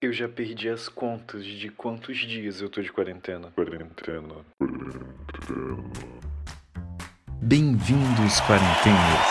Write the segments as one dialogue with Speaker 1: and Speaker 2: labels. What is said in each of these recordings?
Speaker 1: Eu já perdi as contas de quantos dias eu tô de quarentena.
Speaker 2: Quarentena.
Speaker 3: Bem-vindos, quarentenas!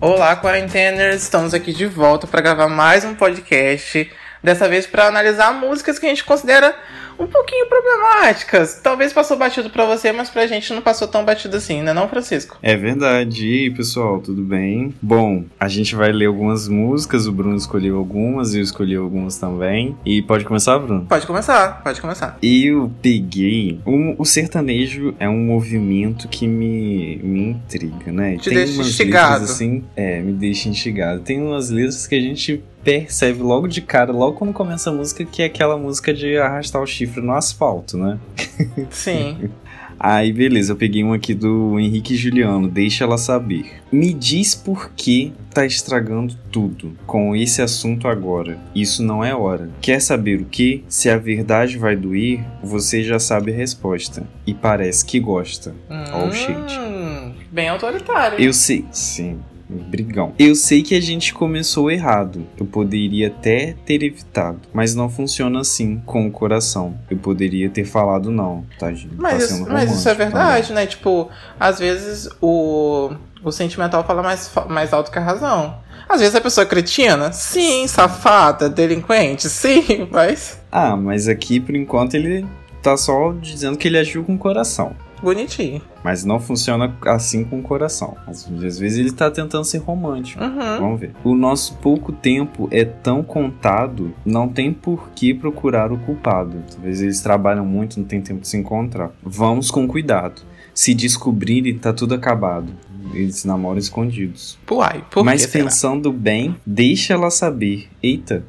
Speaker 4: Olá, quarenteners! Estamos aqui de volta para gravar mais um podcast. Dessa vez para analisar músicas que a gente considera um pouquinho problemáticas. Talvez passou batido para você, mas pra gente não passou tão batido assim, né, não, Francisco?
Speaker 3: É verdade. E aí, pessoal, tudo bem? Bom, a gente vai ler algumas músicas, o Bruno escolheu algumas e eu escolhi algumas também. E pode começar, Bruno?
Speaker 4: Pode começar, pode começar.
Speaker 3: Eu peguei. um- o sertanejo é um movimento que me, me intriga, né?
Speaker 4: Te deixa instigado.
Speaker 3: letras assim. É, me deixa instigado. Tem umas letras que a gente percebe logo de cara, logo quando começa a música, que é aquela música de arrastar o chifre no asfalto, né?
Speaker 4: Sim.
Speaker 3: Aí, beleza, eu peguei um aqui do Henrique Juliano, deixa ela saber. Me diz por que tá estragando tudo com esse assunto agora. Isso não é hora. Quer saber o que? Se a verdade vai doer, você já sabe a resposta. E parece que gosta. Ó o shade.
Speaker 4: Hum, bem autoritário.
Speaker 3: Oh, Eu sei. Sim. Brigão. Eu sei que a gente começou errado. Eu poderia até ter evitado. Mas não funciona assim com o coração. Eu poderia ter falado não, tá, gente? tá
Speaker 4: Mas, isso,
Speaker 3: sendo
Speaker 4: mas isso é
Speaker 3: romântico, tá, né?
Speaker 4: verdade, né? Tipo, às vezes o, o sentimental fala mais, fa- mais alto que a razão. Às vezes a pessoa é cretina? Sim, safada, delinquente, sim, mas
Speaker 3: Ah, mas aqui por enquanto ele tá só dizendo que ele agiu com o coração.
Speaker 4: bonitinho.
Speaker 3: Mas não funciona assim com o coração. Às às vezes ele tá tentando ser romântico.
Speaker 4: Uhum.
Speaker 3: Vamos ver. O nosso pouco tempo é tão contado, não tem por que procurar o culpado. Talvez eles trabalham muito, não tem tempo de se encontrar. Vamos com cuidado. Se descobrirem, tá tudo acabado. Eles namoram escondidos.
Speaker 4: Uai, por
Speaker 3: Mas
Speaker 4: que será?
Speaker 3: pensando bem, deixa ela saber. Eita,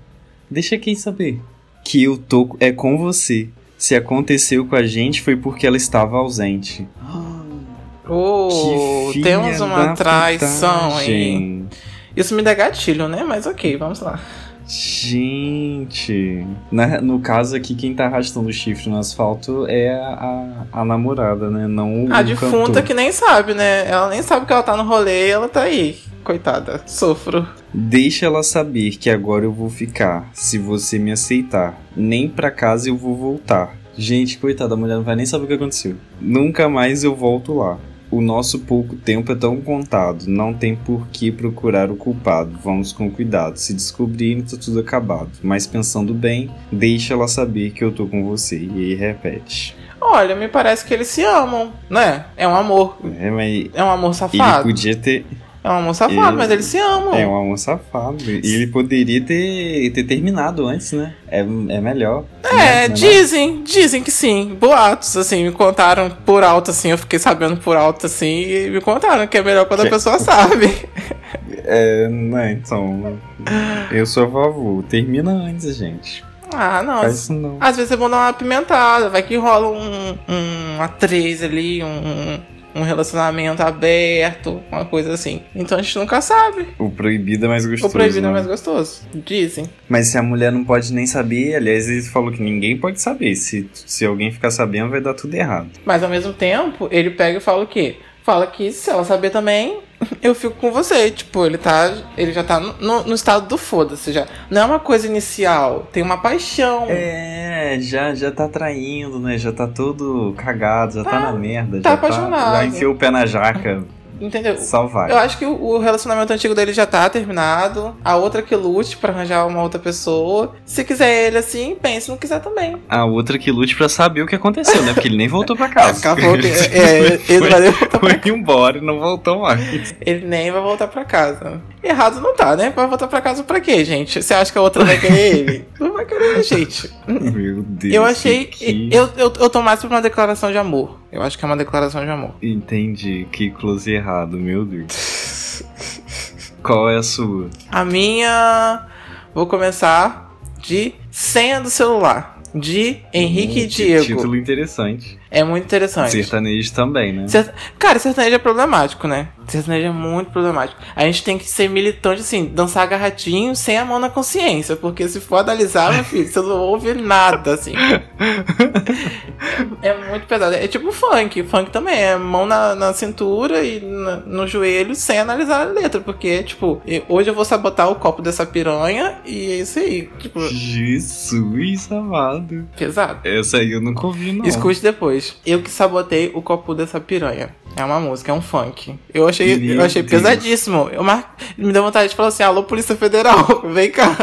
Speaker 3: deixa quem saber. Que eu tô é com você. Se aconteceu com a gente foi porque ela estava ausente.
Speaker 4: Oh,
Speaker 3: Que
Speaker 4: temos
Speaker 3: filha
Speaker 4: uma
Speaker 3: da
Speaker 4: traição aí.
Speaker 3: putagem.
Speaker 4: Isso me dá gatilho, né? Mas ok, vamos lá.
Speaker 3: Gente. Na- no caso aqui, quem tá arrastando o chifre no asfalto é a, a- a namorada, né? Não o
Speaker 4: A
Speaker 3: o
Speaker 4: defunta
Speaker 3: cantor.
Speaker 4: que nem sabe, né? Ela nem sabe que ela tá no rolê e ela tá aí. Coitada, sofro.
Speaker 3: Deixa ela saber que agora eu vou ficar, se você me aceitar. Nem pra casa eu vou voltar. Gente, coitada, a mulher não vai nem saber o que aconteceu. Nunca mais eu volto lá. O nosso pouco tempo é tão contado, não tem por que procurar o culpado. Vamos com cuidado, se descobrirem tá tudo acabado. Mas pensando bem, deixa ela saber que eu tô com você. E aí repete.
Speaker 4: Olha, me parece que eles se amam, né? É um amor.
Speaker 3: É, mas
Speaker 4: É um amor
Speaker 3: ele
Speaker 4: safado.
Speaker 3: podia ter.
Speaker 4: É um amor safado,
Speaker 3: ele-
Speaker 4: mas eles se amam.
Speaker 3: É um amor safado. E ele poderia ter, ter terminado antes, né? É, é melhor.
Speaker 4: É,
Speaker 3: né? Não
Speaker 4: dizem, dizem que sim. Boatos, assim, me contaram por alto, assim. Eu fiquei sabendo por alto, assim, e me contaram que é melhor quando a
Speaker 3: Que-
Speaker 4: pessoa sabe.
Speaker 3: É, né? Então, eu sou a favor. Termina antes, gente.
Speaker 4: Ah, não.
Speaker 3: Faz isso não.
Speaker 4: Às vezes é bom dar uma apimentada, vai que rola um, um uma atriz ali, um, um relacionamento aberto, uma coisa assim. Então a gente nunca sabe.
Speaker 3: O proibido é mais gostoso.
Speaker 4: o proibido
Speaker 3: né?
Speaker 4: é mais gostoso, dizem.
Speaker 3: Mas se a mulher não pode nem saber, aliás, ele falou que ninguém pode saber. Se, se alguém ficar sabendo, vai dar tudo errado.
Speaker 4: Mas ao mesmo tempo, ele pega e fala o quê? Fala que se ela saber também, eu fico com você. Tipo, ele tá. Ele já tá no, no- no estado do foda-se já. Não é uma coisa inicial, tem uma paixão.
Speaker 3: É, já, já tá traindo, né? Já tá todo cagado, já tá,
Speaker 4: Tá-
Speaker 3: na merda.
Speaker 4: tá
Speaker 3: já
Speaker 4: apaixonado.
Speaker 3: já enfiou o pé na jaca.
Speaker 4: Entendeu?
Speaker 3: Só vai.
Speaker 4: Eu acho que o o relacionamento antigo dele já tá terminado. A outra que lute pra arranjar uma outra pessoa. Se quiser ele assim, pense. Se não quiser também.
Speaker 3: A outra que lute pra saber o que aconteceu, né? Porque ele nem voltou pra casa.
Speaker 4: Ah, Acabou que- é, ele,
Speaker 3: Foi-
Speaker 4: vai nem voltar pra-
Speaker 3: Foi embora e não voltou mais.
Speaker 4: ele nem vai voltar pra casa. Errado não tá, né? Vai voltar pra casa pra quê, gente? Você acha que a outra vai querer ele? Não vai querer, né, gente.
Speaker 3: Meu Deus.
Speaker 4: Eu achei.
Speaker 3: que-
Speaker 4: Eu, eu, eu tô mais pra uma declaração de amor. Eu acho que é uma declaração de amor.
Speaker 3: Entendi. Que close errado, meu Deus. Qual é a sua?
Speaker 4: A minha. Vou começar de senha do celular. De Henrique e
Speaker 3: Hum, que
Speaker 4: Diego.
Speaker 3: Título interessante.
Speaker 4: É muito interessante.
Speaker 3: Sertanejo também, né?
Speaker 4: Cer- Cara, sertanejo é problemático, né? Sertanejo é muito problemático. A gente tem que ser militante, assim, dançar agarradinho sem a mão na consciência. Porque se for analisar, meu filho, você não ouve nada, assim. É muito pesado. É tipo funk. Funk também é mão na, na cintura e na- no joelho sem analisar a letra. Porque, tipo, e- hoje eu vou sabotar o copo dessa piranha e é isso aí. Tipo,
Speaker 3: Jesus amado.
Speaker 4: pesado.
Speaker 3: Essa aí eu nunca ouvi, não.
Speaker 4: Escute depois. Eu que sabotei o copo dessa piranha. É uma música, é um funk. Eu achei, eu
Speaker 3: Meu
Speaker 4: achei
Speaker 3: Deus.
Speaker 4: pesadíssimo. Eu mar... Me deu vontade de falar assim: alô, Polícia Federal, vem cá.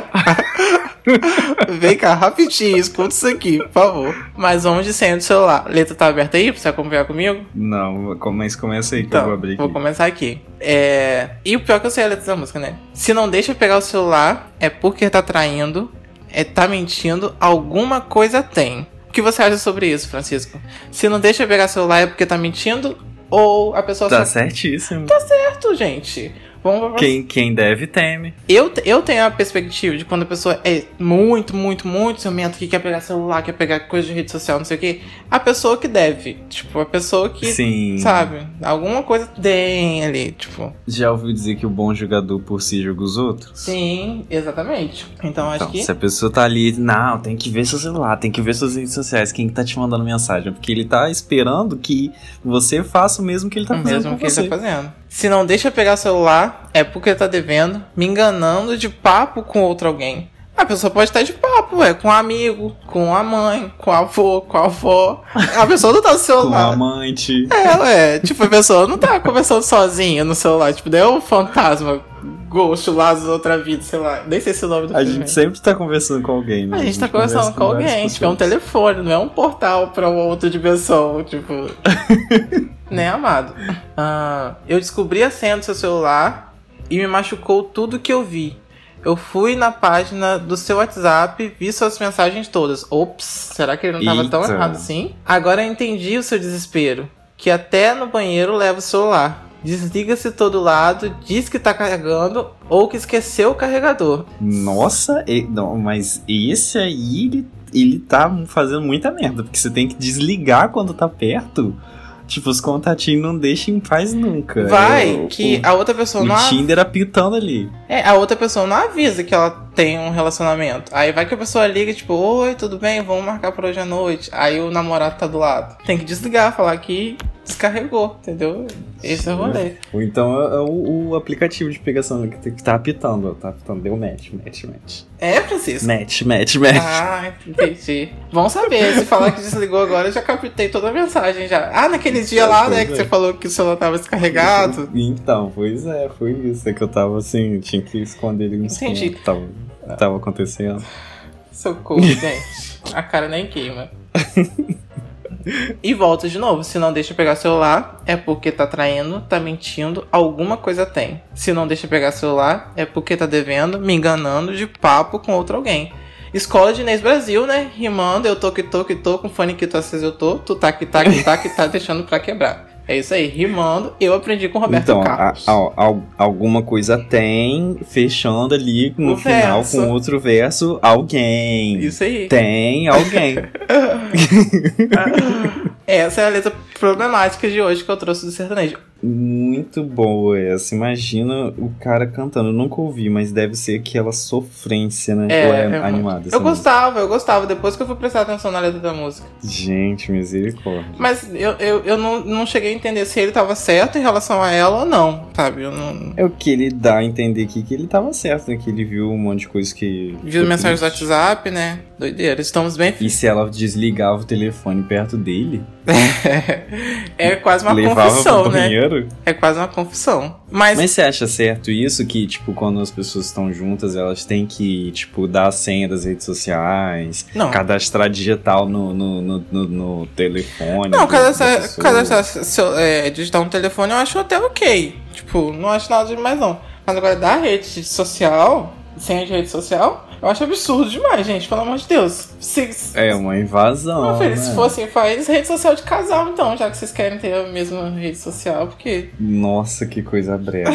Speaker 4: vem cá, rapidinho, escuta isso aqui, por favor. Mas vamos de senha do celular. Letra tá aberta aí pra você acompanhar comigo?
Speaker 3: Não, mas começa aí que eu
Speaker 4: Então,
Speaker 3: vou abrir aqui.
Speaker 4: vou começar aqui. É... E o pior é que eu sei a letra da música, né? Se não deixa eu pegar o celular, é porque tá traindo, é tá mentindo, alguma coisa tem. O que você acha sobre isso, Francisco? Se não deixa eu pegar o celular, é porque tá mentindo? Ou a pessoa
Speaker 3: Tá
Speaker 4: só Então,
Speaker 3: certíssimo.
Speaker 4: certo, gente? Vamos pra próxima.
Speaker 3: Quem, quem deve teme.
Speaker 4: Eu, eu tenho a perspectiva de quando a pessoa é muito, muito, muito ciumenta, que quer pegar celular, quer pegar coisa de rede social, não sei o quê. A pessoa que deve. Tipo, a pessoa que,
Speaker 3: Sim.
Speaker 4: sabe, alguma coisa tem ali, tipo.
Speaker 3: Já ouviu dizer que o bom jogador por si joga os outros?
Speaker 4: Sim, exatamente. Então acho
Speaker 3: Então,
Speaker 4: que.
Speaker 3: se a pessoa tá ali, não, tem que ver seu celular, tem que ver suas redes sociais, quem que tá te mandando mensagem, porque ele tá esperando que você faça o mesmo que ele tá
Speaker 4: o
Speaker 3: fazendo
Speaker 4: mesmo
Speaker 3: com
Speaker 4: que ele
Speaker 3: você.
Speaker 4: tá fazendo. Se não deixa pegar o celular, é porque tá devendo, me enganando de papo com outro alguém. A pessoa pode estar de papo, é com um amigo, com a mãe, com a avô, com a avó. A pessoa não tá no
Speaker 3: Com o
Speaker 4: celular.
Speaker 3: amante.
Speaker 4: É, ué. Tipo, a pessoa não tá conversando sozinha no celular. Tipo, daí é um fantasma, ghost, Lázaro, outra vida, sei lá. Nem sei se é o nome do
Speaker 3: A
Speaker 4: filme.
Speaker 3: gente sempre tá conversando com alguém, né?
Speaker 4: A gente tá conversando
Speaker 3: conversa
Speaker 4: com
Speaker 3: várias
Speaker 4: alguém, tipo, é um
Speaker 3: pessoas.
Speaker 4: telefone, não é um portal pra uma outra dimensão, tipo. né, amado? Ah, eu descobri a senha do seu celular e me machucou tudo que eu vi. Eu fui na página do seu WhatsApp, vi suas mensagens todas. Ops, será que ele não tava tão
Speaker 3: Eita.
Speaker 4: errado assim? Agora eu entendi o seu desespero, que até no banheiro leva o celular. Desliga-se todo lado, diz que tá carregando ou que esqueceu o carregador.
Speaker 3: Nossa, e- não, mas esse aí, ele, ele tá fazendo muita merda, porque você tem que desligar quando tá perto. Tipo, os contatinhos não deixam em paz nunca. É,
Speaker 4: Vai
Speaker 3: o-
Speaker 4: que
Speaker 3: o-
Speaker 4: a outra pessoa
Speaker 3: o,
Speaker 4: não avisa.
Speaker 3: Tinder apitando ali.
Speaker 4: É, a outra pessoa não avisa que ela tem um relacionamento. Aí vai que a pessoa liga, tipo, oi, tudo bem? Vamos marcar por hoje à noite. Aí o namorado tá do lado. Tem que desligar, falar que descarregou, entendeu? Esse é o rolê.
Speaker 3: Ou então é o, o aplicativo de pegação que tem- que tá apitando, ó, tá apitando, deu match, match, match.
Speaker 4: É, Francisco?
Speaker 3: Match, match, match.
Speaker 4: Ah, entendi. Vão saber. Se falar que desligou agora, eu já captei toda a mensagem já. Ah, naquele dia lá, né, que você falou que o celular tava descarregado.
Speaker 3: Então, pois é, foi isso. É que eu tava assim, tinha que esconder ele no
Speaker 4: Entendi.
Speaker 3: que tava, tava acontecendo.
Speaker 4: Socorro, gente. A cara nem queima. e volta de novo. Se não deixa pegar celular, é porque tá traindo, tá mentindo, alguma coisa tem. Se não deixa pegar celular, é porque tá devendo, me enganando de papo com outro alguém. Escola de Inês Brasil, né? Rimando, eu tô que tô que tô, com fone que tô aceso eu tô, tu tá que tá que tá que tá deixando pra quebrar. É isso aí, rimando, eu aprendi com o Roberto
Speaker 3: então, a-
Speaker 4: Carlos.
Speaker 3: a- al- alguma coisa tem, fechando ali no
Speaker 4: O
Speaker 3: final
Speaker 4: verso.
Speaker 3: com outro verso, alguém.
Speaker 4: Isso aí.
Speaker 3: Tem alguém.
Speaker 4: Essa é a letra problemática de hoje que eu trouxe do sertanejo.
Speaker 3: Muito boa essa. Imagina o cara cantando. Eu nunca ouvi, mas deve ser aquela sofrência, né?
Speaker 4: É,
Speaker 3: Ou
Speaker 4: é
Speaker 3: é
Speaker 4: muito.
Speaker 3: animada. essa
Speaker 4: Eu gostava, eu gostava, depois que eu fui prestar atenção na letra da música.
Speaker 3: música? Gente, misericórdia.
Speaker 4: Mas eu, eu, eu não, não cheguei a entender se ele tava certo em relação a ela ou não, sabe? Eu não.
Speaker 3: É o que ele dá a entender aqui que ele tava certo, né? Que ele viu um monte de coisa que.
Speaker 4: Viu mensagens do WhatsApp, né? Doideira, estamos bem.
Speaker 3: E se ela desligava o telefone perto dele,
Speaker 4: é quase uma
Speaker 3: levava
Speaker 4: confissão,
Speaker 3: pro
Speaker 4: né?
Speaker 3: banheiro?
Speaker 4: É quase uma confissão. Mas,
Speaker 3: Mas você acha certo isso que, tipo, quando as pessoas estão juntas, elas têm que, tipo, dar a senha das redes sociais,
Speaker 4: não.
Speaker 3: cadastrar digital no, no, no, no- no telefone?
Speaker 4: Não,
Speaker 3: do- da
Speaker 4: cadastrar,
Speaker 3: pessoa?
Speaker 4: cadastrar seu, é, digitar um telefone eu acho até ok. Tipo, não acho nada demais não. Mas agora da rede social, sem a rede social, eu acho absurdo demais, gente. Pelo amor de Deus. Se, se-
Speaker 3: É uma invasão.
Speaker 4: Não, filho, se
Speaker 3: né?
Speaker 4: fosse, faz rede social de casal, então, já que vocês querem ter a mesma rede social, porque
Speaker 3: Nossa, que coisa breve.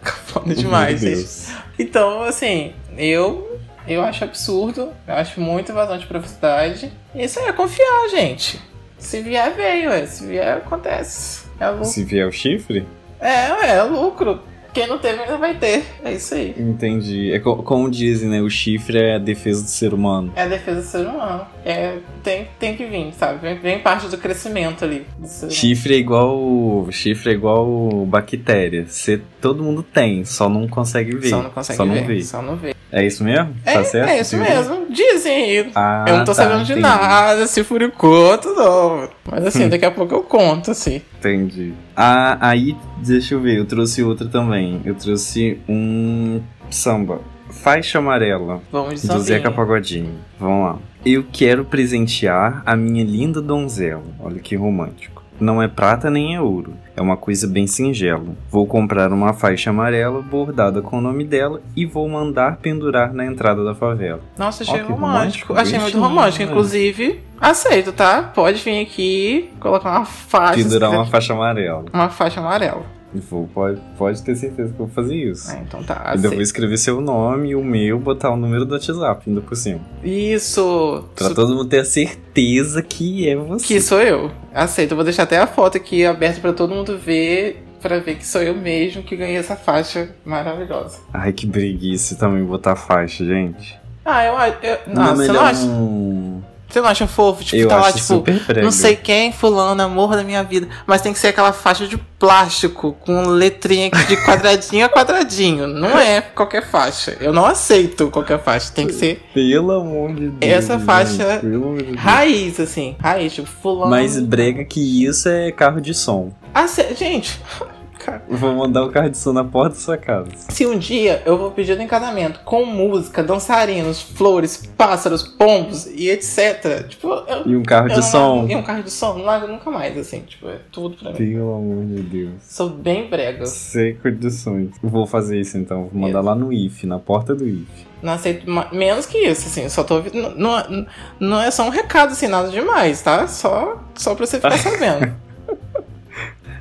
Speaker 4: cafona demais,
Speaker 3: Meu
Speaker 4: gente.
Speaker 3: Deus.
Speaker 4: Então, assim, eu eu acho absurdo, eu acho muito invasão de privacidade. Isso aí é confiar, gente. Se vier, veio, é. se vier, acontece. É louco.
Speaker 3: Se vier o chifre?
Speaker 4: É, é lucro. Quem não teve ainda vai ter. É isso aí.
Speaker 3: Entendi. É co- como dizem, né? O chifre é a defesa do ser humano.
Speaker 4: É a defesa do ser humano. É, tem, tem que vir, sabe? Vem, vem parte do crescimento ali. do ser humano.
Speaker 3: Chifre é igual. Chifre é igual bactéria. Cê, todo mundo tem, só não consegue ver.
Speaker 4: Só não consegue
Speaker 3: Só não
Speaker 4: ver.
Speaker 3: vê.
Speaker 4: Só não vê.
Speaker 3: É isso mesmo?
Speaker 4: É,
Speaker 3: tá certo?
Speaker 4: é isso
Speaker 3: Viu?
Speaker 4: mesmo. Dizem aí.
Speaker 3: Ah,
Speaker 4: eu não tô
Speaker 3: tá,
Speaker 4: sabendo de
Speaker 3: entendi, Hum.
Speaker 4: nada, se furicou, tudo não. Mas assim, daqui a pouco eu conto, assim.
Speaker 3: Entendi. Ah, aí, deixa eu ver, eu trouxe outra também. Eu trouxe um samba. Faixa amarela.
Speaker 4: Vamos de
Speaker 3: Do Zeca
Speaker 4: sambinha.
Speaker 3: Pagodinho. Vamos lá. Eu quero presentear a minha linda donzela. Olha que romântico. Não é prata nem é ouro. É uma coisa bem singela. Vou comprar uma faixa amarela bordada com o nome dela e vou mandar pendurar na entrada da favela.
Speaker 4: Nossa,
Speaker 3: Ó,
Speaker 4: achei
Speaker 3: que
Speaker 4: romântico.
Speaker 3: romântico,
Speaker 4: Achei
Speaker 3: bem
Speaker 4: muito
Speaker 3: chique,
Speaker 4: romântico.
Speaker 3: né?
Speaker 4: Inclusive, aceito, tá? Pode vir aqui, colocar uma faixa.
Speaker 3: Pendurar
Speaker 4: se
Speaker 3: uma
Speaker 4: quiser,
Speaker 3: faixa amarela.
Speaker 4: uma faixa amarela.
Speaker 3: Vou, pode, pode ter certeza que eu vou fazer isso.
Speaker 4: Ah, então tá,
Speaker 3: Ainda vou
Speaker 4: aceito.
Speaker 3: escrever seu nome e o meu, botar o número do WhatsApp ainda por cima.
Speaker 4: Isso!
Speaker 3: Pra todo mundo ter a certeza que é você.
Speaker 4: Que sou eu. Aceito. Eu vou deixar até a foto aqui aberta pra todo mundo ver. Pra ver que sou eu mesmo que ganhei essa faixa maravilhosa.
Speaker 3: Ai, que preguiça também botar faixa, gente.
Speaker 4: Ah, eu acho. eu- Nossa, você não
Speaker 3: é melhor
Speaker 4: acha?
Speaker 3: um-
Speaker 4: Você não acha fofo? Tipo,
Speaker 3: Eu
Speaker 4: tá
Speaker 3: acho
Speaker 4: lá, tipo,
Speaker 3: super prego.
Speaker 4: não sei quem, fulano, amor da minha vida. Mas tem que ser aquela faixa de plástico, com letrinha de quadradinho a quadradinho. Não é qualquer faixa. Eu não aceito qualquer faixa. Tem que ser
Speaker 3: Pelo amor de Deus.
Speaker 4: Essa
Speaker 3: gente,
Speaker 4: faixa-
Speaker 3: Pelo amor de Deus.
Speaker 4: raiz, assim. Raiz, tipo, fulano.
Speaker 3: Mais brega que isso é carro de som.
Speaker 4: Ace- Gente, cara.
Speaker 3: Vou mandar o carro de som na porta da sua casa.
Speaker 4: Se um dia eu vou pedido em casamento com música, dançarinos, flores, pássaros, pombos e etc. Tipo, eu,
Speaker 3: E um carro
Speaker 4: eu
Speaker 3: de
Speaker 4: não
Speaker 3: som.
Speaker 4: largo- E um carro de som, não largo nunca mais, assim, tipo, é tudo pra mim.
Speaker 3: Pelo amor de Deus.
Speaker 4: Sou bem brega.
Speaker 3: Sem condições. Vou fazer isso então. Vou mandar lá no IF, na porta do IF.
Speaker 4: Não aceito ma- menos que isso, assim, só tô ouvindo. Não, não- não é só um recado, assim, nada demais, tá? Só, só pra você ficar sabendo.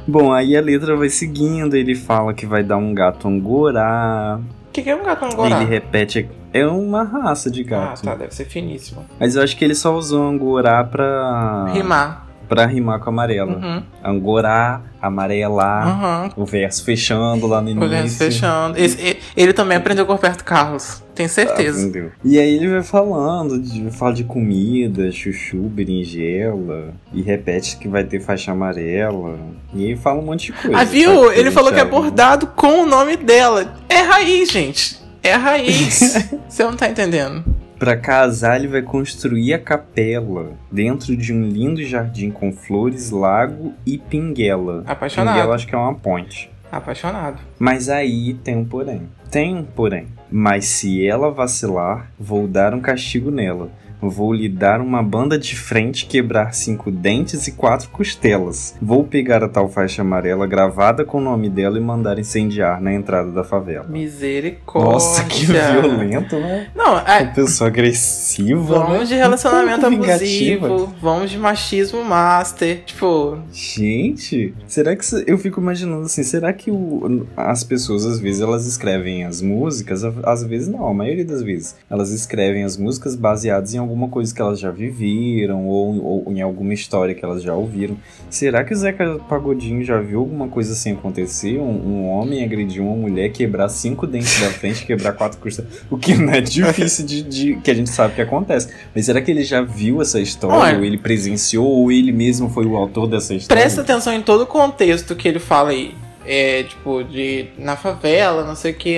Speaker 3: Bom, aí a letra vai seguindo. Ele fala que vai dar um gato angorá.
Speaker 4: O que, que é um gato angorá?
Speaker 3: Ele repete. É uma raça de
Speaker 4: Ah,
Speaker 3: gato.
Speaker 4: tá, deve ser finíssimo.
Speaker 3: Mas eu acho que ele só usou angorá pra.
Speaker 4: Rimar.
Speaker 3: Pra rimar com amarela.
Speaker 4: Uhum.
Speaker 3: Angorá, amarelar.
Speaker 4: Uhum.
Speaker 3: O verso fechando lá no início.
Speaker 4: Olhando, fechando. Esse- e- ele também aprendeu com o Roberto Carlos, tenho certeza.
Speaker 3: Tá, Entendeu? E aí ele vai falando, de, fala de comida, chuchu, berinjela, e repete que vai ter faixa amarela. E aí fala um monte de coisa.
Speaker 4: Ah, viu?
Speaker 3: sabe?
Speaker 4: Ele falou que é
Speaker 3: Sabe?
Speaker 4: bordado com o nome dela. É raiz, gente. É raiz. Você não tá entendendo.
Speaker 3: Pra casar, ele vai construir a capela dentro de um lindo jardim com flores, lago e pinguela.
Speaker 4: Apaixonado.
Speaker 3: Pinguela acho que é uma ponte.
Speaker 4: Apaixonado.
Speaker 3: Mas aí tem um porém. Tem um porém. Mas se ela vacilar, vou dar um castigo nela. Vou lhe dar uma banda de frente, quebrar cinco dentes e quatro costelas. Vou pegar a tal faixa amarela gravada com o nome dela e mandar incendiar na entrada da favela.
Speaker 4: Misericórdia.
Speaker 3: Nossa, que violento, né?
Speaker 4: Não,
Speaker 3: Uma
Speaker 4: é,
Speaker 3: pessoa agressiva, né?
Speaker 4: vamos de relacionamento
Speaker 3: Um pouco vingativa.
Speaker 4: abusivo, vamos de machismo master. Tipo,
Speaker 3: Gente, será que isso- eu fico imaginando assim, será que o- as pessoas às vezes elas escrevem as músicas, a- às vezes não, a maioria das vezes, elas escrevem as músicas baseadas em alguma coisa que elas já viveram ou, ou em alguma história que elas já ouviram. Será que o Zeca Pagodinho já viu alguma coisa assim acontecer? Um, um homem agredir uma mulher, quebrar cinco dentes da frente, quebrar quatro costas, o que não é difícil de, de- que a gente sabe que acontece. Mas será que ele já viu essa história?
Speaker 4: Olha,
Speaker 3: ou ele presenciou ou ele mesmo foi o autor dessa história?
Speaker 4: presta atenção em todo o contexto que ele fala aí. É, tipo, de na favela, não sei o que,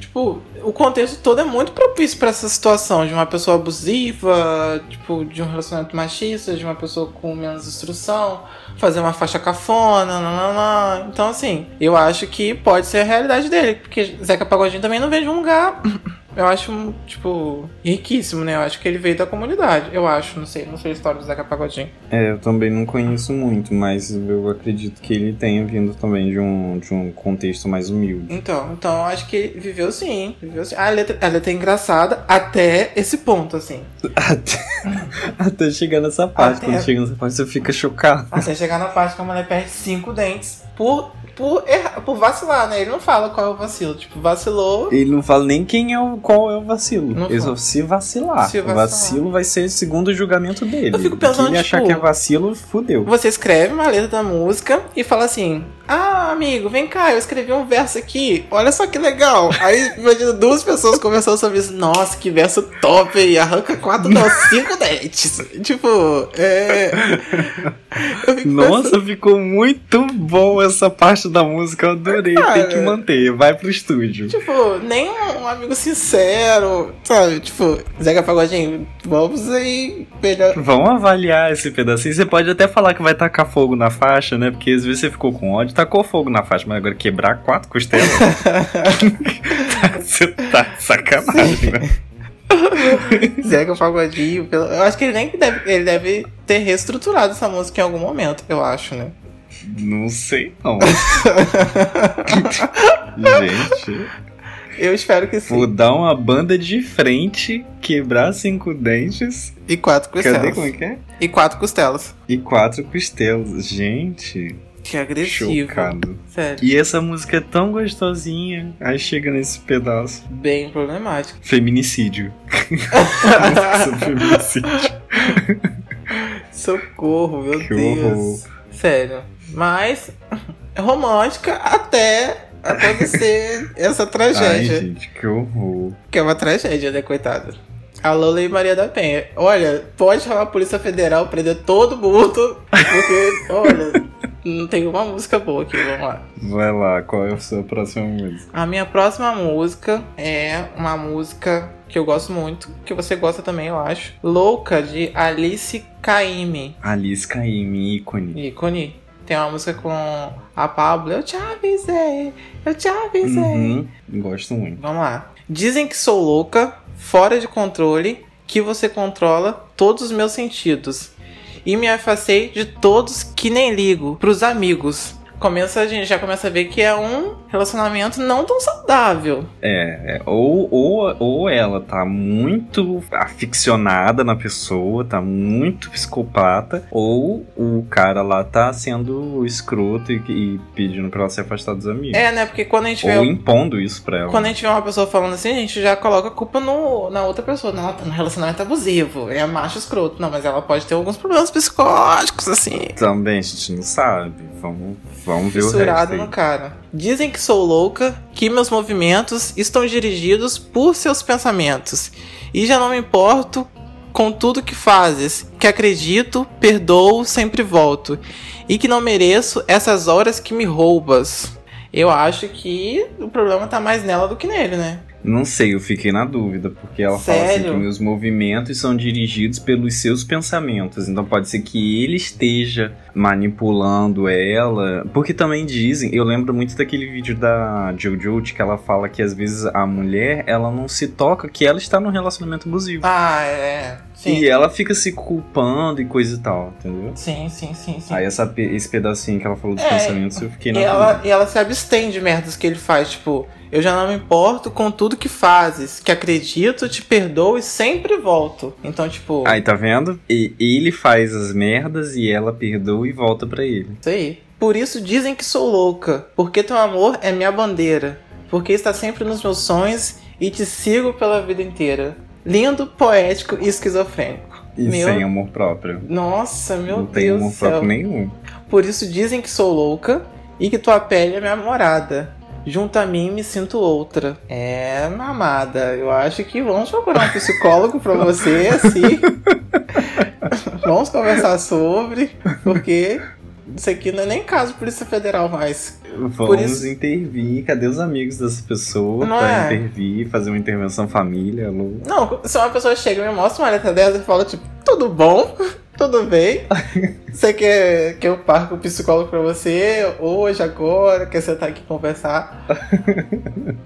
Speaker 4: tipo, o contexto todo é muito propício pra essa situação de uma pessoa abusiva, tipo, de um relacionamento machista, de uma pessoa com menos instrução, fazer uma faixa cafona, nananã. Então, assim, eu acho que pode ser a realidade dele, porque Zeca Pagodinho também não veio de um lugar. Eu acho, tipo, riquíssimo, né? Eu acho que ele veio da comunidade. Eu acho, não sei, não sei a história do Zeca Pagodinho.
Speaker 3: É, eu também não conheço muito, mas eu acredito que ele tenha vindo também de um, de um contexto mais humilde.
Speaker 4: Então, então eu acho que ele viveu sim. Viveu sim. A, letra, a letra é engraçada até esse ponto, assim.
Speaker 3: Até, até chegar nessa parte,
Speaker 4: Até-
Speaker 3: quando chega nessa parte você fica chocado.
Speaker 4: Até chegar na parte que a mulher perde cinco dentes por por, errar, por vacilar, né? Ele não fala qual é o vacilo. Tipo, vacilou.
Speaker 3: Ele não fala nem quem é o, qual é o vacilo.
Speaker 4: Não
Speaker 3: Ele só
Speaker 4: fala.
Speaker 3: se vacilar.
Speaker 4: Se vacilar.
Speaker 3: Vacilo vai ser segundo o julgamento dele.
Speaker 4: Eu fico pensando,
Speaker 3: Se ele achar
Speaker 4: tipo,
Speaker 3: que é vacilo, fudeu.
Speaker 4: Você escreve uma letra da música e fala assim: Ah, amigo, vem cá, eu escrevi um verso aqui, olha só que legal. Aí, imagina duas pessoas conversando sobre isso. Nossa, que verso top! E arranca quatro, não, cinco dentes. Tipo, é. Eu fico
Speaker 3: Nossa, ficou muito bom essa parte da música. Eu adorei. Tem que
Speaker 4: Cara.
Speaker 3: manter. Vai pro estúdio.
Speaker 4: Tipo, nem um amigo sincero, sabe? Tipo, Zeca Pagodinho, vamos aí, melhor.
Speaker 3: Vão avaliar esse pedacinho. Você pode até falar que vai tacar fogo na faixa, né? Porque às vezes você ficou com ódio, tacou fogo na faixa, mas agora quebrar quatro costelas. você tá de sacanagem, né?
Speaker 4: Zeca Pagodinho, pelo- eu acho que ele nem deve, ele deve ter reestruturado essa música em algum momento, eu acho, né?
Speaker 3: Não sei, não. Gente,
Speaker 4: Eu espero que sim.
Speaker 3: vou dar uma banda de frente, quebrar cinco dentes.
Speaker 4: E quatro costelas.
Speaker 3: Cadê como é que é?
Speaker 4: E quatro costelas.
Speaker 3: E quatro costelas. Gente,
Speaker 4: Que agressivo.
Speaker 3: chocado.
Speaker 4: Sério.
Speaker 3: E essa música é tão gostosinha. Aí chega nesse pedaço.
Speaker 4: Bem problemático.
Speaker 3: Feminicídio. Nossa, feminicídio.
Speaker 4: Socorro, meu
Speaker 3: Que
Speaker 4: Deus. Sério. Mas é romântica até acontecer essa
Speaker 3: Ai,
Speaker 4: tragédia.
Speaker 3: gente, que horror.
Speaker 4: que é uma tragédia, né, coitada? A Lola e Maria da Penha. Olha, pode chamar a Polícia Federal, prender todo mundo. Porque, olha, não tem uma música boa aqui, vamos lá.
Speaker 3: Vai lá, qual é a sua próxima música?
Speaker 4: A minha próxima música é uma música que eu gosto muito, que você gosta também, eu acho. Louca, de Alice Caymmi,
Speaker 3: Alice Caymmi, é ícone.
Speaker 4: ícone. Tem uma música com a Pablo. Eu te avisei, eu te avisei.
Speaker 3: Uhum, gosto muito.
Speaker 4: Vamos lá. Dizem que sou louca, fora de controle, que você controla todos os meus sentidos. E me afastei de todos que nem ligo, pros amigos. Começa, a gente já começa a ver que é um relacionamento não tão saudável.
Speaker 3: É, Ou, ou, ou ela tá muito aficionada na pessoa, tá muito psicopata, ou o cara lá tá sendo escroto e, e pedindo pra ela se afastar dos amigos.
Speaker 4: É, né? Porque quando a gente vê
Speaker 3: ou então. impondo isso pra ela.
Speaker 4: Quando a gente vê uma pessoa falando assim, a gente já coloca a culpa no, na outra pessoa. Não, ela tá num relacionamento abusivo, é macho escroto. Não, mas ela pode ter alguns problemas psicóticos, assim.
Speaker 3: Também a gente não sabe. Vamos, vamos ver o resto.
Speaker 4: Fissurado
Speaker 3: aí.
Speaker 4: no cara. Dizem que sou louca, que meus movimentos estão dirigidos por seus pensamentos. E já não me importo com tudo que fazes, que acredito, perdoo, sempre volto. E que não mereço essas horas que me roubas. Eu acho que o problema tá mais nela do que nele, né?
Speaker 3: Não sei, eu fiquei na dúvida, porque ela fala assim
Speaker 4: Sério?
Speaker 3: que meus movimentos são dirigidos pelos seus pensamentos. Então pode ser que ele esteja manipulando ela. Porque também dizem, eu lembro muito daquele vídeo da Jojo de que ela fala que às vezes a mulher ela não se toca que ela está num relacionamento abusivo.
Speaker 4: Ah, é. Sim.
Speaker 3: E ela fica se culpando e coisa e tal, entendeu?
Speaker 4: Sim, sim, sim, sim.
Speaker 3: Aí essa, pe- esse pedacinho que ela falou dos
Speaker 4: É,
Speaker 3: pensamentos, eu fiquei na
Speaker 4: E
Speaker 3: dúvida.
Speaker 4: ela, e ela se abstém de merdas que ele faz, tipo, eu já não me importo com tudo que fazes, que acredito, te perdoo e sempre volto. Então, tipo,
Speaker 3: Aí tá vendo? E ele faz as merdas e ela perdoa e volta pra ele.
Speaker 4: isso aí. Por isso dizem que sou louca, porque teu amor é minha bandeira, porque está sempre nos meus sonhos e te sigo pela vida inteira. Lindo, poético e esquizofrênico.
Speaker 3: E
Speaker 4: Meu-
Speaker 3: sem amor próprio.
Speaker 4: Nossa, meu
Speaker 3: não tem
Speaker 4: Deus
Speaker 3: amor
Speaker 4: do céu.
Speaker 3: próprio nenhum.
Speaker 4: Por isso dizem que sou louca e que tua pele é minha morada. Junto a mim me sinto outra. É, mamada, eu acho que vamos procurar um psicólogo pra você, assim. vamos conversar sobre, porque isso aqui não é nem caso de Polícia Federal mais.
Speaker 3: Vamos
Speaker 4: isso-
Speaker 3: intervir. Cadê os amigos dessa pessoa
Speaker 4: Não
Speaker 3: pra
Speaker 4: é?
Speaker 3: intervir, fazer uma intervenção família, alô?
Speaker 4: Não, se uma pessoa chega e me mostra uma letra dela e fala, tipo, tudo bom? Tudo bem? Você quer que eu parque o psicólogo pra você hoje, agora? Quer sentar aqui e conversar?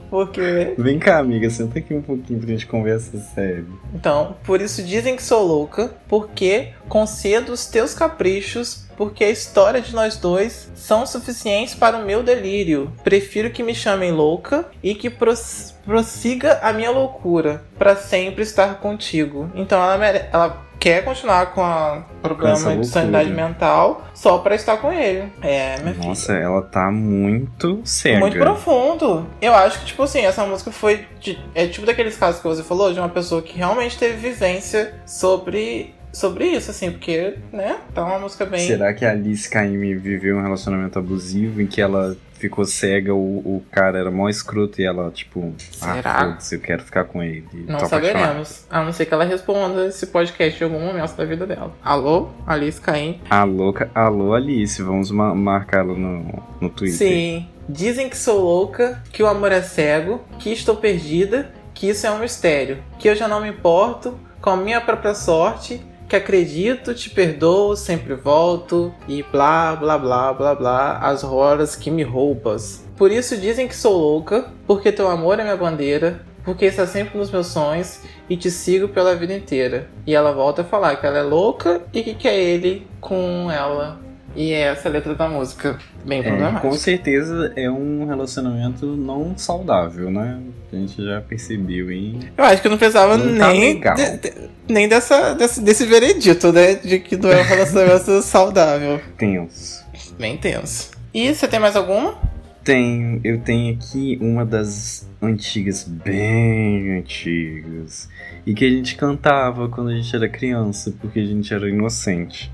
Speaker 4: Porque.
Speaker 3: Vem cá, amiga, senta aqui um pouquinho pra gente conversa sério.
Speaker 4: Então, por isso dizem que sou louca, porque concedo os teus caprichos, porque a história de nós dois são suficientes para o meu delírio. Prefiro que me chamem louca e que pros- prossiga a minha loucura, pra sempre estar contigo. Então ela, mere- ela quer continuar com o
Speaker 3: Essa
Speaker 4: programa de
Speaker 3: loucura.
Speaker 4: sanidade mental só pra estar com ele. É, minha filha.
Speaker 3: Nossa, ela tá muito cega.
Speaker 4: É Muito profundo. Eu acho que, tipo assim, essa música foi. de- é tipo daqueles casos que você falou, de uma pessoa que realmente teve vivência sobre, sobre isso, assim, porque, né? Tá uma música bem.
Speaker 3: Será que a Alice Caymmi viveu um relacionamento abusivo em que ela ficou cega, o, o cara era mó escroto e ela, tipo,
Speaker 4: Será?
Speaker 3: ah, foda-se, eu quero ficar com ele. e
Speaker 4: Não
Speaker 3: tô apaixonada.
Speaker 4: saberemos. A não ser que ela responda esse podcast em algum momento da vida dela. Alô? Alice Caim?
Speaker 3: Alô, ca- alô, Alice, vamos ma- marcar ela no, no Twitter.
Speaker 4: Sim. Dizem que sou louca, que o amor é cego, que estou perdida, que isso é um mistério, que eu já não me importo, com a minha própria sorte, que acredito, te perdoo, sempre volto, e blá blá blá blá blá, as horas que me roubas. Por isso dizem que sou louca, porque teu amor é minha bandeira, porque está sempre nos meus sonhos e te sigo pela vida inteira. E ela volta a falar que ela é louca e que quer ele com ela. E é essa a letra da música. Bem
Speaker 3: É,
Speaker 4: problemática.
Speaker 3: com certeza é um relacionamento não saudável, né? A gente já percebeu, hein?
Speaker 4: Eu acho que eu não pensava
Speaker 3: Não tá
Speaker 4: nem,
Speaker 3: legal.
Speaker 4: de- de- nem dessa, desse, desse veredito, né? De que não é um relacionamento saudável.
Speaker 3: Tenso.
Speaker 4: Bem tenso. E você tem mais alguma?
Speaker 3: Tenho, eu tenho aqui uma das antigas, bem antigas, e que a gente cantava quando a gente era criança, porque a gente era inocente.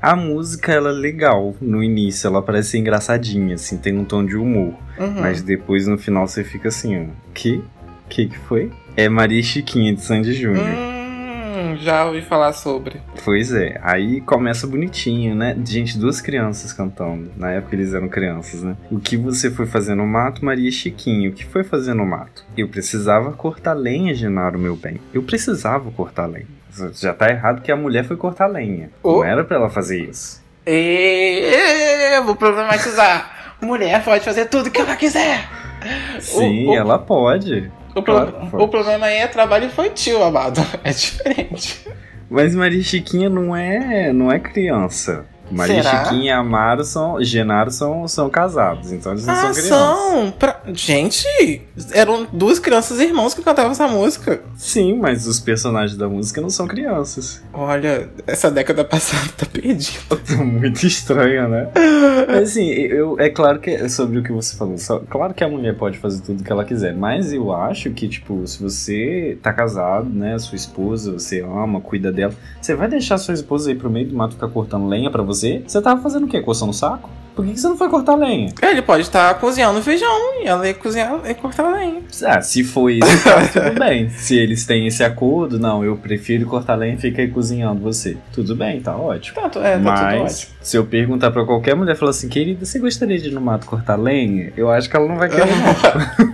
Speaker 3: A música, ela é legal no início, ela parece engraçadinha, assim, tem um tom de humor,
Speaker 4: Uhum.
Speaker 3: mas depois no final você fica assim, ó, que? Que que foi? É Maria Chiquinha de Sandy Júnior.
Speaker 4: Hum, já ouvi falar sobre.
Speaker 3: Pois é, aí começa bonitinho, né? Gente, duas crianças cantando. Na época eles eram crianças, né? O que você foi fazer no mato, Maria Chiquinho? O que foi fazer no mato? Eu precisava cortar lenha, Genaro, meu bem. Eu precisava cortar lenha. Já tá errado que a mulher foi cortar lenha.
Speaker 4: Oh.
Speaker 3: Não era pra ela fazer isso.
Speaker 4: E vou problematizar. Mulher pode fazer tudo que ela quiser.
Speaker 3: Sim,
Speaker 4: oh.
Speaker 3: ela pode.
Speaker 4: O, pro-
Speaker 3: Claro que pode.
Speaker 4: o problema aí é trabalho infantil, amado. É diferente.
Speaker 3: Mas Maria Chiquinha não é, não é criança. Maria
Speaker 4: Será?
Speaker 3: Chiquinha e Amaro são. Genaro são, são casados, então eles não são
Speaker 4: ah,
Speaker 3: crianças.
Speaker 4: são. pra- Gente, eram duas crianças irmãos que cantavam essa música.
Speaker 3: Sim, mas os personagens da música não são crianças.
Speaker 4: Olha, essa década passada tá perdida.
Speaker 3: Muito estranho, né? Mas assim, eu, é claro que é sobre o que você falou. só- claro que a mulher pode fazer tudo que ela quiser, mas eu acho que, tipo, se você tá casado, né? Sua esposa, você ama, cuida dela. Você vai deixar sua esposa aí pro meio do mato ficar cortando lenha pra você? Você tava fazendo o quê? Coçando o saco? Por que, que você não foi cortar lenha?
Speaker 4: Ele pode estar cozinhando feijão e ela ia cozinhar e cortar lenha.
Speaker 3: Ah, se foi isso, tá tudo bem. Se eles têm esse acordo, não, eu prefiro cortar lenha e fica aí cozinhando você. Tudo bem, tá ótimo.
Speaker 4: Tá, tu- é, tá tudo
Speaker 3: Mas,
Speaker 4: ótimo.
Speaker 3: se eu perguntar pra qualquer mulher, falar assim, querida, você gostaria de ir no mato cortar lenha? Eu acho que ela não vai querer. não.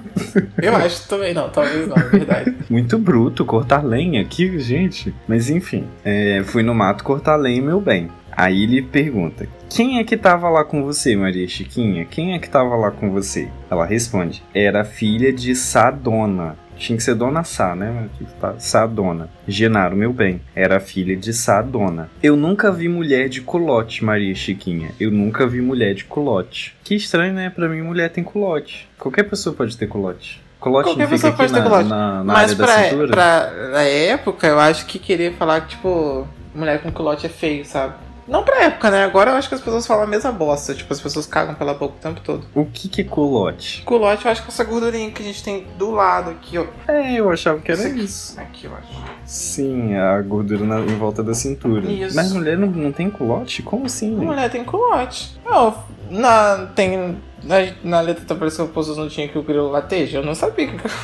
Speaker 4: Eu acho também não, talvez não, é verdade.
Speaker 3: Muito bruto cortar lenha aqui, gente. Mas enfim, é, fui no mato cortar lenha, meu bem. Aí ele pergunta: Quem é que tava lá com você, Maria Chiquinha? Quem é que tava lá com você? Ela responde: Era a filha de Sadona. Tinha que ser Dona Sá, né? Sadona. Genaro, meu bem. Era a filha de Sadona. Eu nunca vi mulher de culote, Maria Chiquinha. Eu nunca vi mulher de culote. Que estranho, né? Pra mim, mulher tem culote. Qualquer pessoa pode ter culote. Culote
Speaker 4: Qualquer
Speaker 3: não
Speaker 4: pessoa
Speaker 3: fica aqui
Speaker 4: pode ter
Speaker 3: na-
Speaker 4: culote.
Speaker 3: na- na
Speaker 4: Mas
Speaker 3: área da
Speaker 4: pra,
Speaker 3: cintura?
Speaker 4: pra na época, eu acho que queria falar que, tipo, mulher com culote é feio, sabe? Não pra época, né? Agora eu acho que as pessoas falam a mesma bosta. Tipo, as pessoas cagam pela boca o tempo todo.
Speaker 3: O que que é culote?
Speaker 4: Culote, eu acho que é essa gordurinha que a gente tem do lado aqui, ó.
Speaker 3: É, eu achava que
Speaker 4: era
Speaker 3: isso.
Speaker 4: Aqui, eu acho.
Speaker 3: Sim, a gordura na- em volta da cintura.
Speaker 4: Isso. é.
Speaker 3: Mas mulher não, não tem culote? Como assim?
Speaker 4: Mulher tem culote. Não, na, tem, na, na letra tá parecendo que o Poços não tinha que o grilo lateja. Eu não sabia que o grilo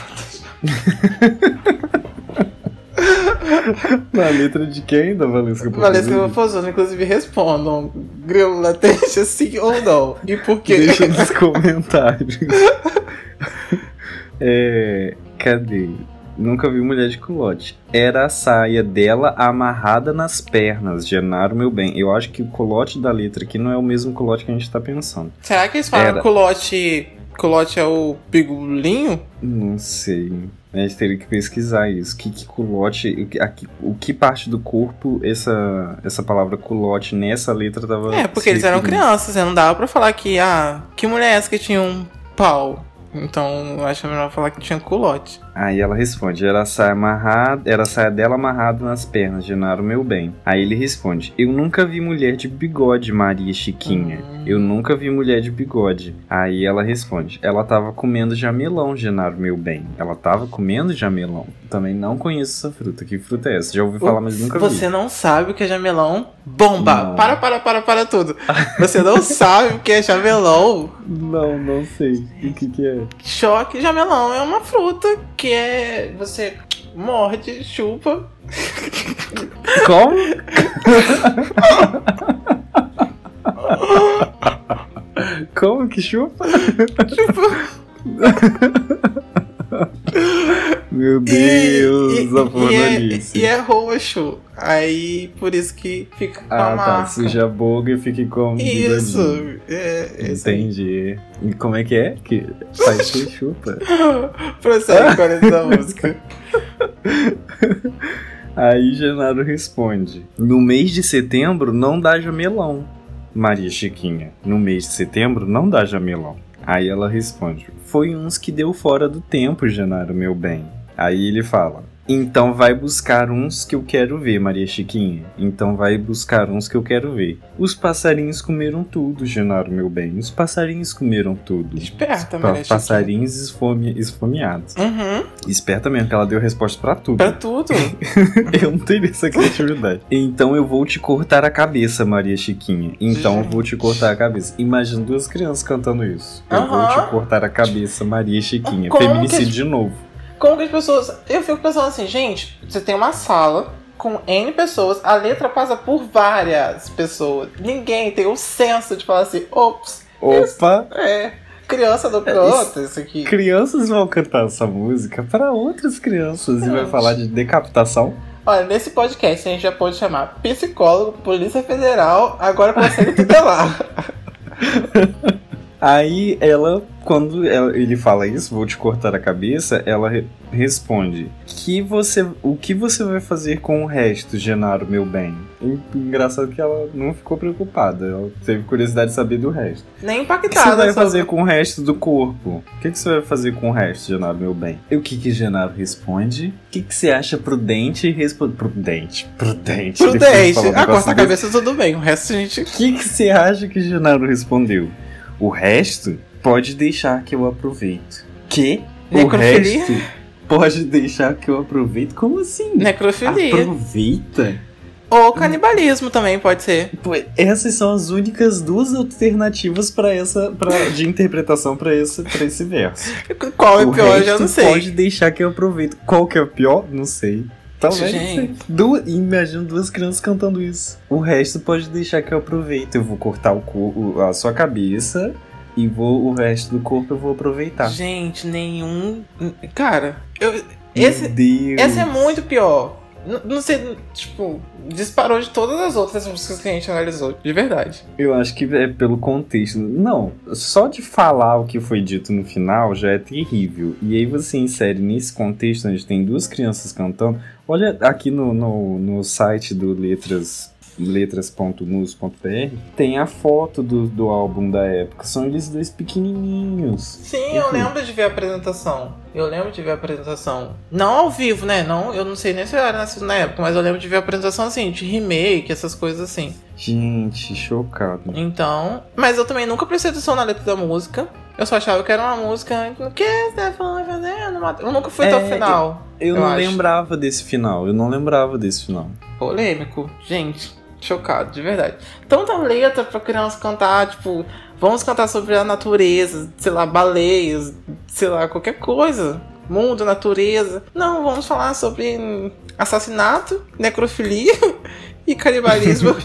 Speaker 3: Na letra de quem da Valesca
Speaker 4: lateja. que o Poços, inclusive, respondam. Grilo lateja sim ou não. E por quê?
Speaker 3: Deixa nos comentários. é, cadê? Nunca vi mulher de culote. Era a saia dela amarrada nas pernas, Genaro, meu bem. Eu acho que o culote da letra aqui não é o mesmo culote que a gente tá pensando.
Speaker 4: Será que eles falam
Speaker 3: Era.
Speaker 4: culote... Culote é o pigulinho?
Speaker 3: Não sei. A gente teria que pesquisar isso. Que, que culote. O que, a que- o que parte do corpo essa, essa palavra culote nessa letra tava.
Speaker 4: É,
Speaker 3: se
Speaker 4: porque eles eram
Speaker 3: referindo?
Speaker 4: crianças, né? Não dava pra falar que, ah, que mulher é essa que tinha um pau? Então eu acho melhor falar que tinha culote.
Speaker 3: Aí ela responde, era a saia amarrada, era a saia dela amarrada nas pernas, Genaro, meu bem. Aí ele responde, eu nunca vi mulher de bigode, Maria Chiquinha. é?
Speaker 4: Hum.
Speaker 3: Eu nunca vi mulher de bigode. Aí ela responde, ela tava comendo jamelão, Genaro, meu bem. Ela tava comendo jamelão. Também não conheço essa fruta. Que fruta é essa? Já ouvi falar, mas nunca
Speaker 4: Você
Speaker 3: vi.
Speaker 4: não sabe o que é jamelão? Bomba!
Speaker 3: Não.
Speaker 4: Para, para, para, para tudo! Você não sabe o que é jamelão?
Speaker 3: Não, não sei. O que que é?
Speaker 4: Choque, jamelão é uma fruta que é. Você morde, chupa.
Speaker 3: Como? Como que chupa? Meu Deus,
Speaker 4: e,
Speaker 3: a
Speaker 4: e,
Speaker 3: pornolice.
Speaker 4: é, e é roxo. Aí por isso que fica com a
Speaker 3: Ah, tá.
Speaker 4: marca.
Speaker 3: Suja a boca e fica com
Speaker 4: Isso.
Speaker 3: bigodinho.
Speaker 4: É, isso.
Speaker 3: Entendi. E como é que é? Que faz que chupa.
Speaker 4: Prossegue com a letra da música.
Speaker 3: Aí Genaro responde: No mês de setembro não dá jamelão. Maria Chiquinha, no mês de setembro não dá jamelão. Aí ela responde: Foi uns que deu fora do tempo, Genaro, meu bem. Aí ele fala: Então vai buscar uns que eu quero ver, Maria Chiquinha. Então vai buscar uns que eu quero ver. Os passarinhos comeram tudo, Genaro, meu bem. Os passarinhos comeram tudo.
Speaker 4: Esperta,
Speaker 3: Pa-
Speaker 4: Maria Chiquinha.
Speaker 3: Passarinhos esfome- esfomeados.
Speaker 4: Uhum.
Speaker 3: Esperta mesmo, que ela deu resposta pra tudo.
Speaker 4: Pra tudo.
Speaker 3: Eu não tenho essa criatividade. Então eu vou te cortar a cabeça, Maria Chiquinha. Então eu vou te cortar a cabeça. Imagina duas crianças cantando isso. Eu vou
Speaker 4: Aham.
Speaker 3: te cortar a cabeça, Maria Chiquinha.
Speaker 4: Como que-
Speaker 3: Feminicídio de novo.
Speaker 4: Como que as pessoas. Eu fico pensando assim, gente, você tem uma sala com N pessoas, a letra passa por várias pessoas. Ninguém tem o senso de falar assim, ops,
Speaker 3: Opa!
Speaker 4: é. Criança do
Speaker 3: É,
Speaker 4: pronto, isso aqui.
Speaker 3: Crianças vão cantar essa música para outras crianças e vai
Speaker 4: Verdade.
Speaker 3: falar de decapitação.
Speaker 4: Olha, nesse podcast a gente já pode chamar psicólogo, polícia federal, agora consegue tutelar.
Speaker 3: Aí ela, quando ela- ele fala isso, vou te cortar a cabeça, ela re- responde: que você, O que você vai fazer com o resto, Genaro, meu bem? En- Engraçado que ela não ficou preocupada, ela teve curiosidade de saber do resto.
Speaker 4: Nem
Speaker 3: O que você
Speaker 4: impactada.
Speaker 3: vai
Speaker 4: só-
Speaker 3: fazer com o resto do corpo? O que que você vai fazer com o resto, Genaro, meu bem? E o que que Genaro responde? O que que você acha prudente e respo- Prudente, prudente. depois de
Speaker 4: Prudente.
Speaker 3: falar um
Speaker 4: Ah, corta
Speaker 3: negócio
Speaker 4: a
Speaker 3: desse. Ah,
Speaker 4: cabeça, tudo bem. O resto a gente.
Speaker 3: O que que você acha que Genaro respondeu? O resto pode deixar que eu aproveito. Que? O
Speaker 4: Necrofilia?
Speaker 3: resto pode deixar que eu aproveito? Como assim?
Speaker 4: Necrofilia.
Speaker 3: Aproveita?
Speaker 4: Ou canibalismo também pode ser.
Speaker 3: Pô, essas são as únicas duas alternativas para essa, pra, de interpretação para esse, pra esse verso.
Speaker 4: Qual é
Speaker 3: o
Speaker 4: pior, eu
Speaker 3: resto
Speaker 4: já não sei.
Speaker 3: pode deixar que eu aproveito. Qual que é o pior? Não sei. Talvez.
Speaker 4: Gente.
Speaker 3: não sei. Du- imagina duas crianças cantando isso. O resto pode deixar que eu aproveito. Eu vou cortar o cor- o- a sua cabeça e vou o resto do corpo eu vou aproveitar.
Speaker 4: Gente, nenhum. Cara, eu. Esse,
Speaker 3: tá. Meu Deus.
Speaker 4: essa é muito pior. N- Não sei, tipo, disparou de todas as outras músicas que a gente analisou, de verdade.
Speaker 3: Eu acho que é pelo contexto. Não, só de falar o que foi dito no final já é terrível. E aí você insere nesse contexto onde tem duas crianças cantando. Olha aqui no, no, no site do Letras letras.mus.br tem a foto do, do álbum da época. São eles dois pequenininhos.
Speaker 4: Sim, eu
Speaker 3: Uhum.
Speaker 4: lembro de ver a apresentação. Eu lembro de ver a apresentação. Não ao vivo, né? Não, eu não sei nem se eu era nascido na época, mas eu lembro de ver a apresentação assim, de remake, essas coisas assim.
Speaker 3: Gente, chocado.
Speaker 4: Então. Mas eu também nunca prestei atenção na letra da música. Eu só achava que era uma música. Que Stefan vai fazendo? uma-" Eu nunca fui até
Speaker 3: É,
Speaker 4: o final.
Speaker 3: Eu,
Speaker 4: Eu
Speaker 3: não
Speaker 4: acho.
Speaker 3: lembrava desse final. Eu não lembrava desse final.
Speaker 4: Polêmico. Gente, chocado, de verdade. Então tá Tanta letra pra criança cantar, tipo, vamos cantar sobre a natureza, sei lá, baleias, sei lá, qualquer coisa. Mundo, natureza. Não, vamos falar sobre hum, assassinato, necrofilia e canibalismo.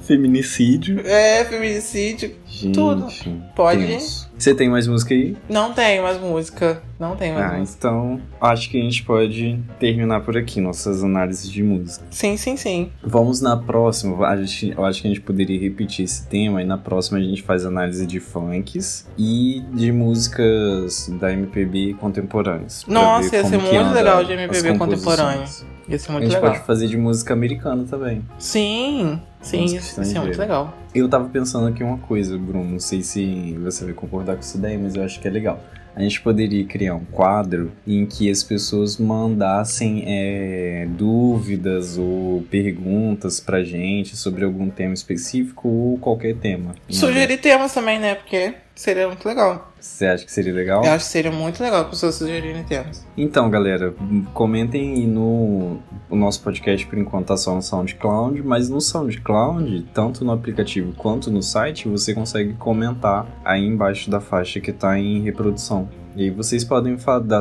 Speaker 3: Feminicídio.
Speaker 4: é, feminicídio.
Speaker 3: Gente,
Speaker 4: Tudo. Pode.
Speaker 3: tenso. Você tem mais música aí?
Speaker 4: Não tem mais música. Não tem mais
Speaker 3: Ah,
Speaker 4: música.
Speaker 3: então acho que a gente pode terminar por aqui nossas análises de música.
Speaker 4: Sim, sim, sim.
Speaker 3: Vamos na próxima, a gente, eu acho que a gente poderia repetir esse tema e na próxima a gente faz análise de funks e de músicas da MPB contemporâneas. pra
Speaker 4: Nossa,
Speaker 3: ver
Speaker 4: ia ser
Speaker 3: como que
Speaker 4: muito
Speaker 3: anda
Speaker 4: legal de
Speaker 3: as
Speaker 4: MPB contemporânea.
Speaker 3: composições.
Speaker 4: Ia ser
Speaker 3: A
Speaker 4: muito
Speaker 3: gente
Speaker 4: legal.
Speaker 3: pode fazer de música americana também.
Speaker 4: Sim, sim,
Speaker 3: Música
Speaker 4: isso ia ser muito
Speaker 3: estrangeira.
Speaker 4: legal.
Speaker 3: Eu tava pensando aqui uma coisa, Bruno, não sei se você vai concordar concordar com isso daí, mas eu acho que é legal. A gente poderia criar um quadro em que as pessoas mandassem é, dúvidas ou perguntas pra gente sobre algum tema específico ou qualquer tema.
Speaker 4: Sugerir temas também, né? Porque seria muito legal.
Speaker 3: Você acha que seria legal?
Speaker 4: Eu acho que seria muito legal as pessoas sugerirem temas.
Speaker 3: Então, galera, comentem aí no o nosso podcast por enquanto tá só no SoundCloud, mas no SoundCloud, tanto no aplicativo quanto no site, você consegue comentar aí embaixo da faixa que tá em reprodução. E aí vocês podem fa- dar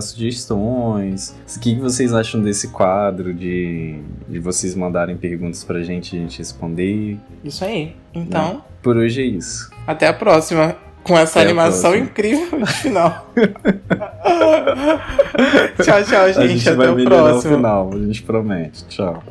Speaker 3: sugestões, o que que vocês acham desse quadro de, de vocês mandarem perguntas pra gente, a gente responder.
Speaker 4: Isso aí. Então,
Speaker 3: Por hoje é isso.
Speaker 4: até a próxima. Com essa
Speaker 3: Até a
Speaker 4: animação
Speaker 3: próxima.
Speaker 4: incrível de final. tchau, tchau, gente.
Speaker 3: a gente
Speaker 4: até
Speaker 3: vai
Speaker 4: o
Speaker 3: melhorar
Speaker 4: próximo.
Speaker 3: o final, a gente promete. Tchau.